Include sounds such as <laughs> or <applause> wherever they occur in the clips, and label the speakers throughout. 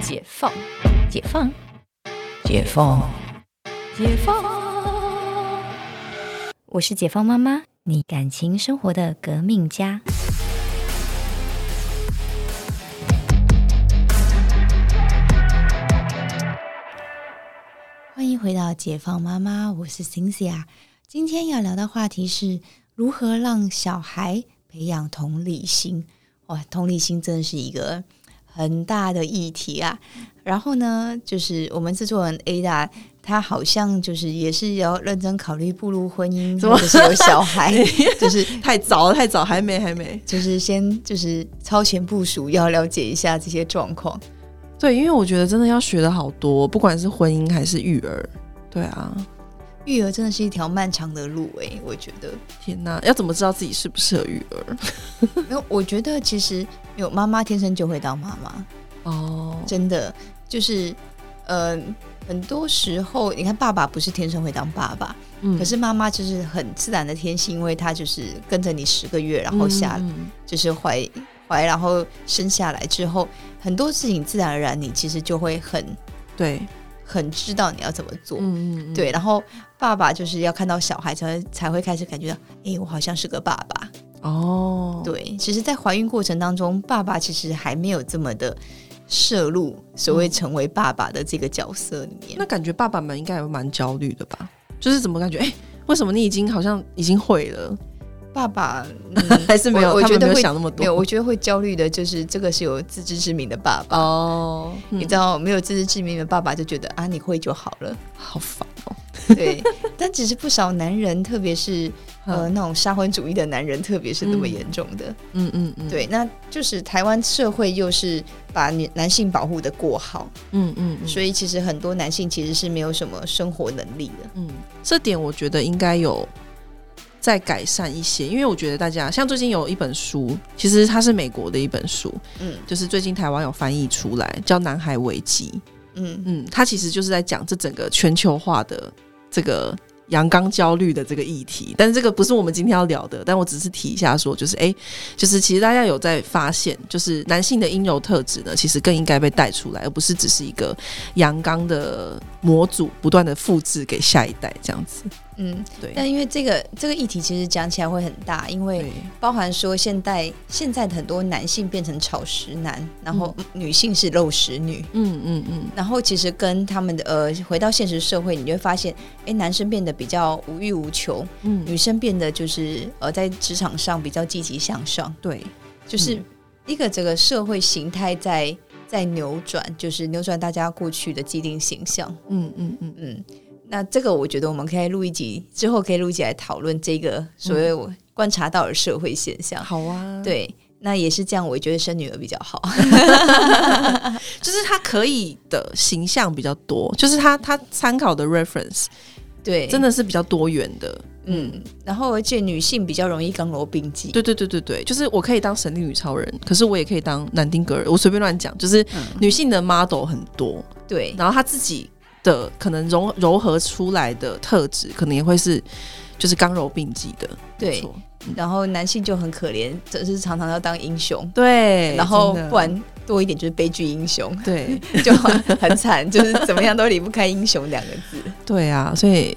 Speaker 1: 解放，解放，解放，解放。
Speaker 2: 我是解放妈妈，你感情生活的革命家。
Speaker 3: 欢迎回到解放妈妈，我是 Cynthia。今天要聊的话题是如何让小孩培养同理心。哇，同理心真的是一个很大的议题啊。然后呢，就是我们制作人 Ada，她好像就是也是要认真考虑步入婚姻，
Speaker 4: 什么
Speaker 3: 或者是有小
Speaker 4: <laughs>
Speaker 3: 孩，就是
Speaker 4: 太早了，太早，还没，还没。
Speaker 3: 就是先就是超前部署，要了解一下这些状况。
Speaker 4: 对，因为我觉得真的要学的好多，不管是婚姻还是育儿。对啊，
Speaker 3: 育儿真的是一条漫长的路诶、我觉得。
Speaker 4: 天哪，要怎么知道自己适不适合育儿？
Speaker 3: 没有，我觉得其实没有妈妈天生就会当妈妈，
Speaker 4: 哦，
Speaker 3: 真的就是，呃，很多时候你看爸爸不是天生会当爸爸，
Speaker 4: 嗯
Speaker 3: 可是妈妈就是很自然的天性，因为她就是跟着你十个月，然后下、
Speaker 4: 嗯
Speaker 3: 就是怀怀，然后生下来之后，很多事情自然而然你其实就会很
Speaker 4: 嗯对，
Speaker 3: 很知道你要怎么做。
Speaker 4: 嗯嗯，嗯，
Speaker 3: 对，然后爸爸就是要看到小孩才会才会开始感觉到，哎、我好像是个爸爸。
Speaker 4: 哦，，
Speaker 3: 对，其实，在怀孕过程当中，爸爸其实还没有这么的摄入所谓成为爸爸的这个角色里面。
Speaker 4: 嗯那感觉爸爸们应该也蛮焦虑的吧？就是怎么感觉，哎、为什么你已经好像已经会了，
Speaker 3: 爸爸、嗯
Speaker 4: <laughs> 还是没有？
Speaker 3: 我我
Speaker 4: 他
Speaker 3: 觉
Speaker 4: 们
Speaker 3: 得
Speaker 4: 没有
Speaker 3: 会
Speaker 4: 想那么多。
Speaker 3: 没有，我觉得会焦虑的就是这个是有自知之明的爸爸。
Speaker 4: 哦，嗯
Speaker 3: 你知道，没有自知之明的爸爸就觉得啊，你会就好
Speaker 4: <laughs>
Speaker 3: 了。
Speaker 4: 好烦哦。
Speaker 3: 对，但其实不少男人，特别是呃那种沙文主义的男人，特别是那么
Speaker 4: 嗯
Speaker 3: 严重的。
Speaker 4: 嗯嗯嗯，，
Speaker 3: 对，那就是台湾社会又是把女男性保护的过好。
Speaker 4: 嗯嗯嗯，
Speaker 3: 所以其实很多男性其实是没有什么生活能力的。
Speaker 4: 嗯，这点我觉得应该有再改善一些，因为我觉得大家像最近有一本书，其实它是美国的一本书，
Speaker 3: 嗯
Speaker 4: 就是最近台湾有翻译出来，叫《南海危机》。
Speaker 3: 嗯
Speaker 4: 嗯，它其实就是在讲这整个全球化的这个阳刚焦虑的这个议题，但是这个不是我们今天要聊的，但我只是提一下说，就是哎、诶就是其实大家有在发现，就是男性的阴柔特质呢，其实更应该被带出来，而不是只是一个阳刚的模组不断的复制给下一代这样子。
Speaker 3: 嗯。
Speaker 4: 对，
Speaker 3: 但因为这个这个议题其实讲起来会很大，因为
Speaker 4: 哎对，
Speaker 3: 包含说现代现在很多男性变成草食男，然后女性是肉食女。
Speaker 4: 嗯嗯嗯，
Speaker 3: 然后其实跟他们的呃，回到现实社会，你就会发现，哎，男生变得比较无欲无求，
Speaker 4: 嗯
Speaker 3: 女生变得就是呃，在职场上比较积极向上，
Speaker 4: 对，
Speaker 3: 就是
Speaker 4: 嗯
Speaker 3: 一个这个社会形态在在扭转，就是扭转大家过去的既定形象。
Speaker 4: 嗯嗯嗯，
Speaker 3: 嗯，那这个我觉得我们可以录一集，之后可以录一集来讨论这个所谓我观察到的社会现象。
Speaker 4: 嗯好啊，，
Speaker 3: 对，那也是这样，我觉得生女儿比较好。 <laughs>
Speaker 4: 就是他可以的形象比较多，就是他他参考的 reference
Speaker 3: 对，
Speaker 4: 真
Speaker 3: 的，
Speaker 4: 的是比较多元的。
Speaker 3: 嗯，然后而且女性比较容易刚柔并济。
Speaker 4: 对对对对对，就是我可以当神力女超人，可是我也可以当南丁格尔，我随便乱讲，就是
Speaker 3: 嗯
Speaker 4: 女性的 model 很多，
Speaker 3: 对
Speaker 4: 然后她自己的可能融柔合出来的特质，可能也会是就是刚柔并济的，没
Speaker 3: 对
Speaker 4: 错，
Speaker 3: 然后男性就很可怜，只是常常要当英雄，
Speaker 4: 对，
Speaker 3: 然后
Speaker 4: 嗯真的
Speaker 3: 不然多一点就是悲剧英雄， <laughs>
Speaker 4: 对
Speaker 3: 就很很惨，就是怎么样都离不开英雄两个
Speaker 4: <laughs>
Speaker 3: 字。
Speaker 4: 对啊，所以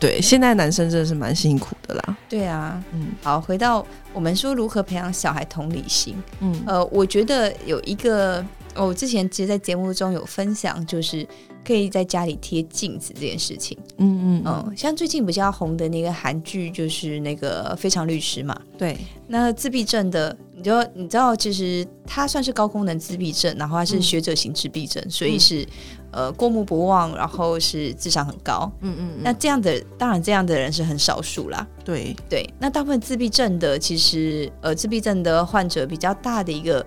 Speaker 4: 对现在男生真的是蛮辛苦的啦，
Speaker 3: 对啊，
Speaker 4: 嗯
Speaker 3: 好，回到我们说如何培养小孩同理心。
Speaker 4: 嗯
Speaker 3: 呃，我觉得有一个，哦我之前其实，在节目中有分享，就是可以在家里贴镜子这件事情。
Speaker 4: 嗯嗯
Speaker 3: 嗯、
Speaker 4: 嗯，
Speaker 3: 像最近比较红的那个韩剧，就是那个《非常律师》嘛。
Speaker 4: 对，
Speaker 3: 那自闭症的，你知道，你知道，其实他算是高功能自闭症，然后他是
Speaker 4: 嗯
Speaker 3: 学者型自闭症，所以是呃过目不忘，然后是智商很高。
Speaker 4: 嗯嗯
Speaker 3: 那这样的，当然这样的人是很少数啦。
Speaker 4: 对，
Speaker 3: 对，那大部分自闭症的，其实呃，自闭症的患者比较大的一个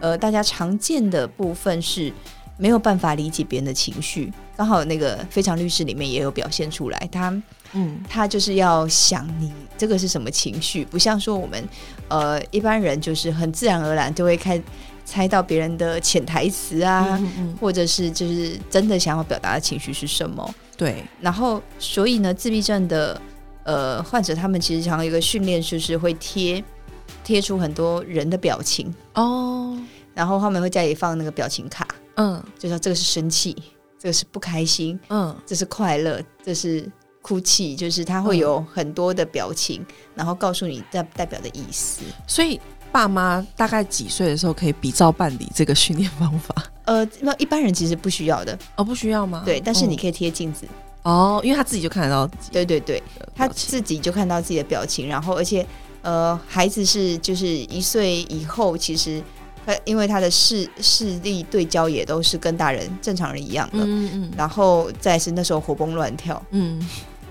Speaker 3: 呃，大家常见的部分是没有办法理解别人的情绪。刚好那个《非常律师》里面也有表现出来，他
Speaker 4: 嗯
Speaker 3: 他就是要想你这个是什么情绪，不像说我们呃一般人就是很自然而然就会开猜到别人的潜台词啊，
Speaker 4: 嗯嗯
Speaker 3: 或者是就是真的想要表达的情绪是什么。
Speaker 4: 对，
Speaker 3: 然后所以呢，自闭症的呃患者，他们其实常常有一个训练，就是会贴贴出很多人的表情，
Speaker 4: 哦，
Speaker 3: 然后他们会家里放那个表情卡，
Speaker 4: 嗯
Speaker 3: 就说这个是生气，这个是不开心，
Speaker 4: 嗯
Speaker 3: 这是快乐，这是哭泣，就是它会有很多的表情，然后告诉你代代表的意思。
Speaker 4: 所以爸妈大概几岁的时候可以比照办理这个训练方法？
Speaker 3: 呃，那一般人其实不需要的，
Speaker 4: <laughs> 哦，不需要吗？
Speaker 3: 对，但是你
Speaker 4: 嗯
Speaker 3: 可以贴镜子，
Speaker 4: 哦，因为他自己就看得到自己
Speaker 3: 对对对，
Speaker 4: 的
Speaker 3: 他
Speaker 4: 表情，
Speaker 3: 自己就看到自己的表情，然后而且呃，孩子是就是一岁以后，其实他因为他的视视力对焦也都是跟大人正常人一样的，
Speaker 4: 嗯嗯嗯
Speaker 3: 然后再是那时候活蹦乱跳，
Speaker 4: 嗯，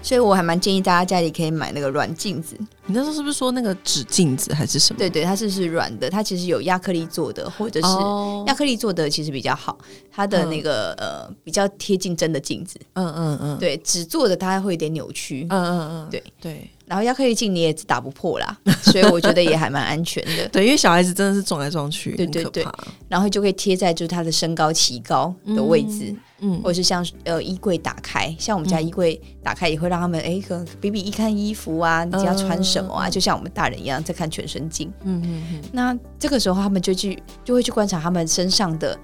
Speaker 3: 所以我还蛮建议大家家里可以买那个软镜子，
Speaker 4: 你那时候是不是说那个纸镜子还是什么？
Speaker 3: 对对，它是是软的，它其实有亚克力做的，或者是。
Speaker 4: 哦，
Speaker 3: 亚克力做的其实比较好，它的那个、呃比较贴近真的镜子，
Speaker 4: 嗯嗯嗯，，
Speaker 3: 对纸做的它会有点扭曲，
Speaker 4: 嗯嗯嗯，
Speaker 3: 对
Speaker 4: 对
Speaker 3: 然后亚克力镜你也打不破啦，所以我觉得也还蛮安全的。
Speaker 4: 对，因为小孩子真的是撞来撞去，
Speaker 3: 对
Speaker 4: 很
Speaker 3: 对
Speaker 4: 可
Speaker 3: 对
Speaker 4: 怕
Speaker 3: 然后就可以贴在就是他的身高旗高的位置，，
Speaker 4: 嗯
Speaker 3: 或者是像呃衣柜打开，像我们家衣柜打开也会让他们哎，可能比比一看衣服啊，你要穿什么啊，就像我们大人一样在看全身镜。
Speaker 4: 嗯嗯嗯
Speaker 3: 那这个时候他们就去就会去观察他们身上的，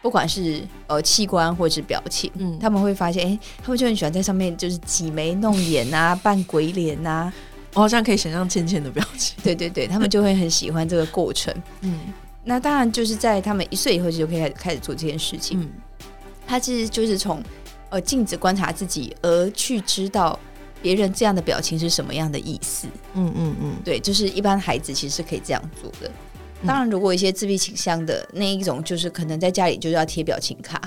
Speaker 3: 不管是呃器官或是表情。
Speaker 4: 嗯，
Speaker 3: 他们会发现，哎、他们就很喜欢在上面就是挤眉弄眼啊，扮鬼脸啊，
Speaker 4: 我好像可以想象倩倩的表情，
Speaker 3: 对对对，他们就会很喜欢这个过程。
Speaker 4: 嗯
Speaker 3: 那当然就是在他们一岁以后就可以开始开始做这件事情。
Speaker 4: 嗯
Speaker 3: 他其实就是从呃镜子观察自己，而去知道别人这样的表情是什么样的意思。
Speaker 4: 嗯嗯嗯，
Speaker 3: 对，就是一般孩子其实是可以这样做的。
Speaker 4: 嗯
Speaker 3: 当然，如果一些自闭倾向的那一种，就是可能在家里就是要贴表情卡。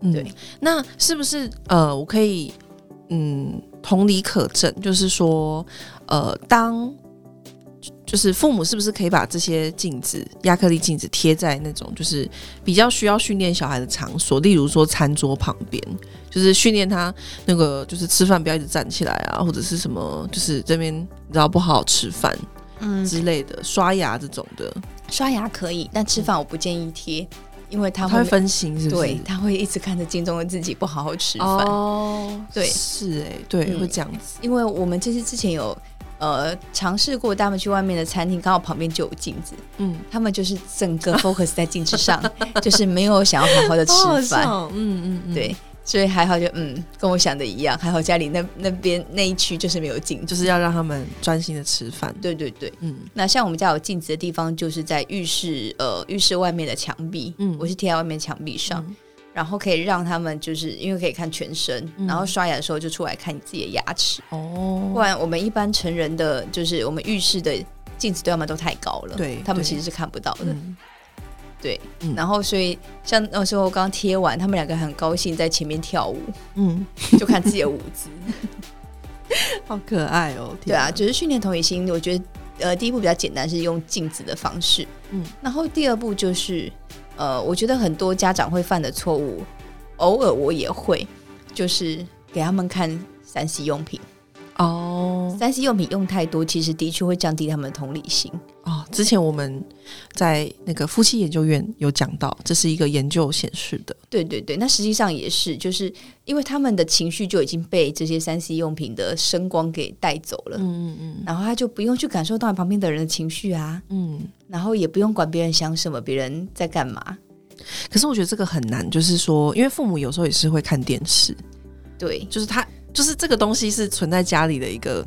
Speaker 4: 嗯
Speaker 3: 对，
Speaker 4: 那是不是呃，我可以嗯，同理可证，就是说呃，当就是父母是不是可以把这些镜子、亚克力镜子贴在那种就是比较需要训练小孩的场所，例如说餐桌旁边，就是训练他那个就是吃饭不要一直站起来啊，或者是什么就是这边你知道不好好吃饭
Speaker 3: 嗯，
Speaker 4: 之类的，刷牙这种的，
Speaker 3: 刷牙可以，但吃饭我不建议贴，因为他
Speaker 4: 他
Speaker 3: 会
Speaker 4: 会分心是不是？
Speaker 3: 对，他会一直看着镜中的自己不好好吃饭。
Speaker 4: 哦，
Speaker 3: 对
Speaker 4: 是哎、对，
Speaker 3: 嗯
Speaker 4: 会这样子，
Speaker 3: 因为我们这是之前有呃尝试过，带他们去外面的餐厅，刚好旁边就有镜子，
Speaker 4: 嗯。
Speaker 3: 他们就是整
Speaker 4: <laughs>
Speaker 3: 个 focus 在镜子上， <laughs> 就是没有想要好好的吃
Speaker 4: 好好
Speaker 3: 饭。
Speaker 4: 笑，嗯嗯嗯，
Speaker 3: 对，，所以还好就嗯，跟我想的一样，还好家里那那边那一区就是没有镜子。
Speaker 4: 就是要让他们专心的吃饭。
Speaker 3: 对对对，
Speaker 4: 嗯
Speaker 3: 那像我们家有镜子的地方，就是在浴室呃浴室外面的墙壁，
Speaker 4: 嗯
Speaker 3: 我是啊贴在外面墙壁上。
Speaker 4: 嗯
Speaker 3: 然后可以让他们就是因为可以看全身，
Speaker 4: 嗯
Speaker 3: 然后刷牙的时候就出来看你自己的牙齿，不
Speaker 4: 哦，
Speaker 3: 然我们一般成人的，就是我们浴室的镜子对他们都太高了，
Speaker 4: 对
Speaker 3: 他们
Speaker 4: 对
Speaker 3: 其实是看不到的。
Speaker 4: 嗯嗯
Speaker 3: 然后所以像那时候刚贴完，他们两个很高兴在前面跳舞，
Speaker 4: 嗯，
Speaker 3: 就看自己的舞姿。
Speaker 4: 好可爱哦，
Speaker 3: 对啊，
Speaker 4: 天
Speaker 3: 就是训练同理心，我觉得呃第一步比较简单，是用镜子的方式。
Speaker 4: 嗯，
Speaker 3: 然后第二步就是呃，我觉得很多家长会犯的错误，偶尔我也会，就是给他们看三 C 用品，
Speaker 4: 哪哦
Speaker 3: 三 C 用品用太多，其实的确会降低他们的同理心。
Speaker 4: 哦，之前我们在那个夫妻研究院有讲到，这是一个研究显示的，
Speaker 3: 对对对，那实际上也是，就是因为他们的情绪就已经被这些三 C 用品的声光给带走了，
Speaker 4: 嗯嗯
Speaker 3: 然后他就不用去感受到旁边的人的情绪啊，
Speaker 4: 嗯。
Speaker 3: 然后也不用管别人想什么，别人在干嘛。
Speaker 4: 可是我觉得这个很难，就是说，因为父母有时候也是会看电视，
Speaker 3: 对
Speaker 4: 就是他就是这个东西是存在家里的一个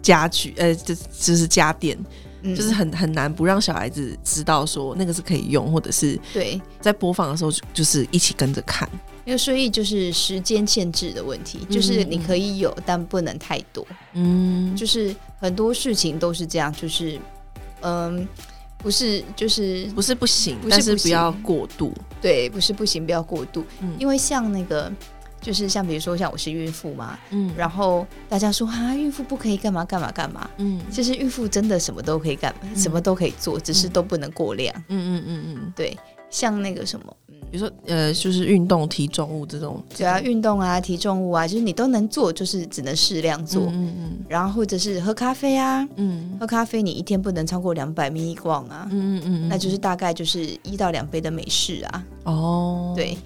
Speaker 4: 家具，呃，就就是家电，
Speaker 3: 嗯
Speaker 4: 就是很很难不让小孩子知道说那个是可以用，或者是
Speaker 3: 对，
Speaker 4: 在播放的时候就就是一起跟着看。
Speaker 3: 因为所以就是时间限制的问题，就是你可以有，但不能太多。
Speaker 4: 嗯
Speaker 3: 就是很多事情都是这样，就是嗯，不是就是
Speaker 4: 不是不行，
Speaker 3: 不是
Speaker 4: 但是
Speaker 3: 不
Speaker 4: 不
Speaker 3: 行
Speaker 4: 要过度。
Speaker 3: 对，不是不行，不要过度，
Speaker 4: 嗯
Speaker 3: 因为像那个就是像比如说像我是孕妇嘛，
Speaker 4: 嗯
Speaker 3: 然后大家说啊，孕妇不可以干嘛干嘛干嘛。
Speaker 4: 嗯
Speaker 3: 其实孕妇真的什么都可以干，什么都可以做，只是都不能过量。
Speaker 4: 嗯嗯嗯嗯，
Speaker 3: 对，像那个什么，
Speaker 4: 比如说呃，就是运动、提重物这种，
Speaker 3: 只要运动啊、提重物啊，就是你都能做，就是只能适量做。
Speaker 4: 嗯
Speaker 3: 然后或者是喝咖啡啊，
Speaker 4: 嗯
Speaker 3: 喝咖啡你一天不能超过两百 m 光啊，
Speaker 4: 嗯嗯嗯
Speaker 3: 那就是大概就是一到两杯的美式啊。
Speaker 4: 哦，
Speaker 3: 对，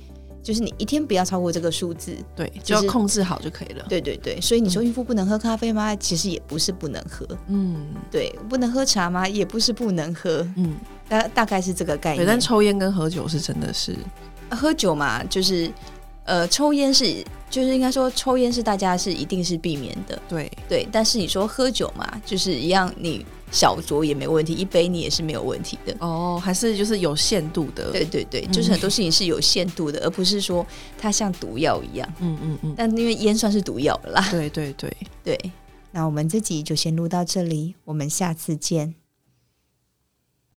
Speaker 3: 就是你一天不要超过这个数字。
Speaker 4: 对，
Speaker 3: 就
Speaker 4: 就是要控制好就可以了。
Speaker 3: 对对对，所以你说孕妇不能喝咖啡吗？其实也不是不能喝。
Speaker 4: 嗯
Speaker 3: 对，不能喝茶吗？也不是不能喝，
Speaker 4: 嗯，
Speaker 3: 大大概是这个概
Speaker 4: 对，
Speaker 3: 念。
Speaker 4: 但抽烟跟喝酒是真的是
Speaker 3: 喝酒嘛，就是呃，抽烟是就是应该说抽烟是大家是一定是避免的，
Speaker 4: 对，
Speaker 3: 对。但是你说喝酒嘛，就是一样，你小酌也没问题，一杯你也是没有问题的。
Speaker 4: 哦，还是就是有限度的，
Speaker 3: 对对
Speaker 2: 嗯
Speaker 3: 对，就是很多事情是有限度的，而不是说它像毒药一样。
Speaker 4: 嗯嗯嗯，
Speaker 3: 但因为烟算是毒药了啦，
Speaker 4: 对对对。
Speaker 3: 对。
Speaker 2: 那我们这集就先录到这里，我们下次见。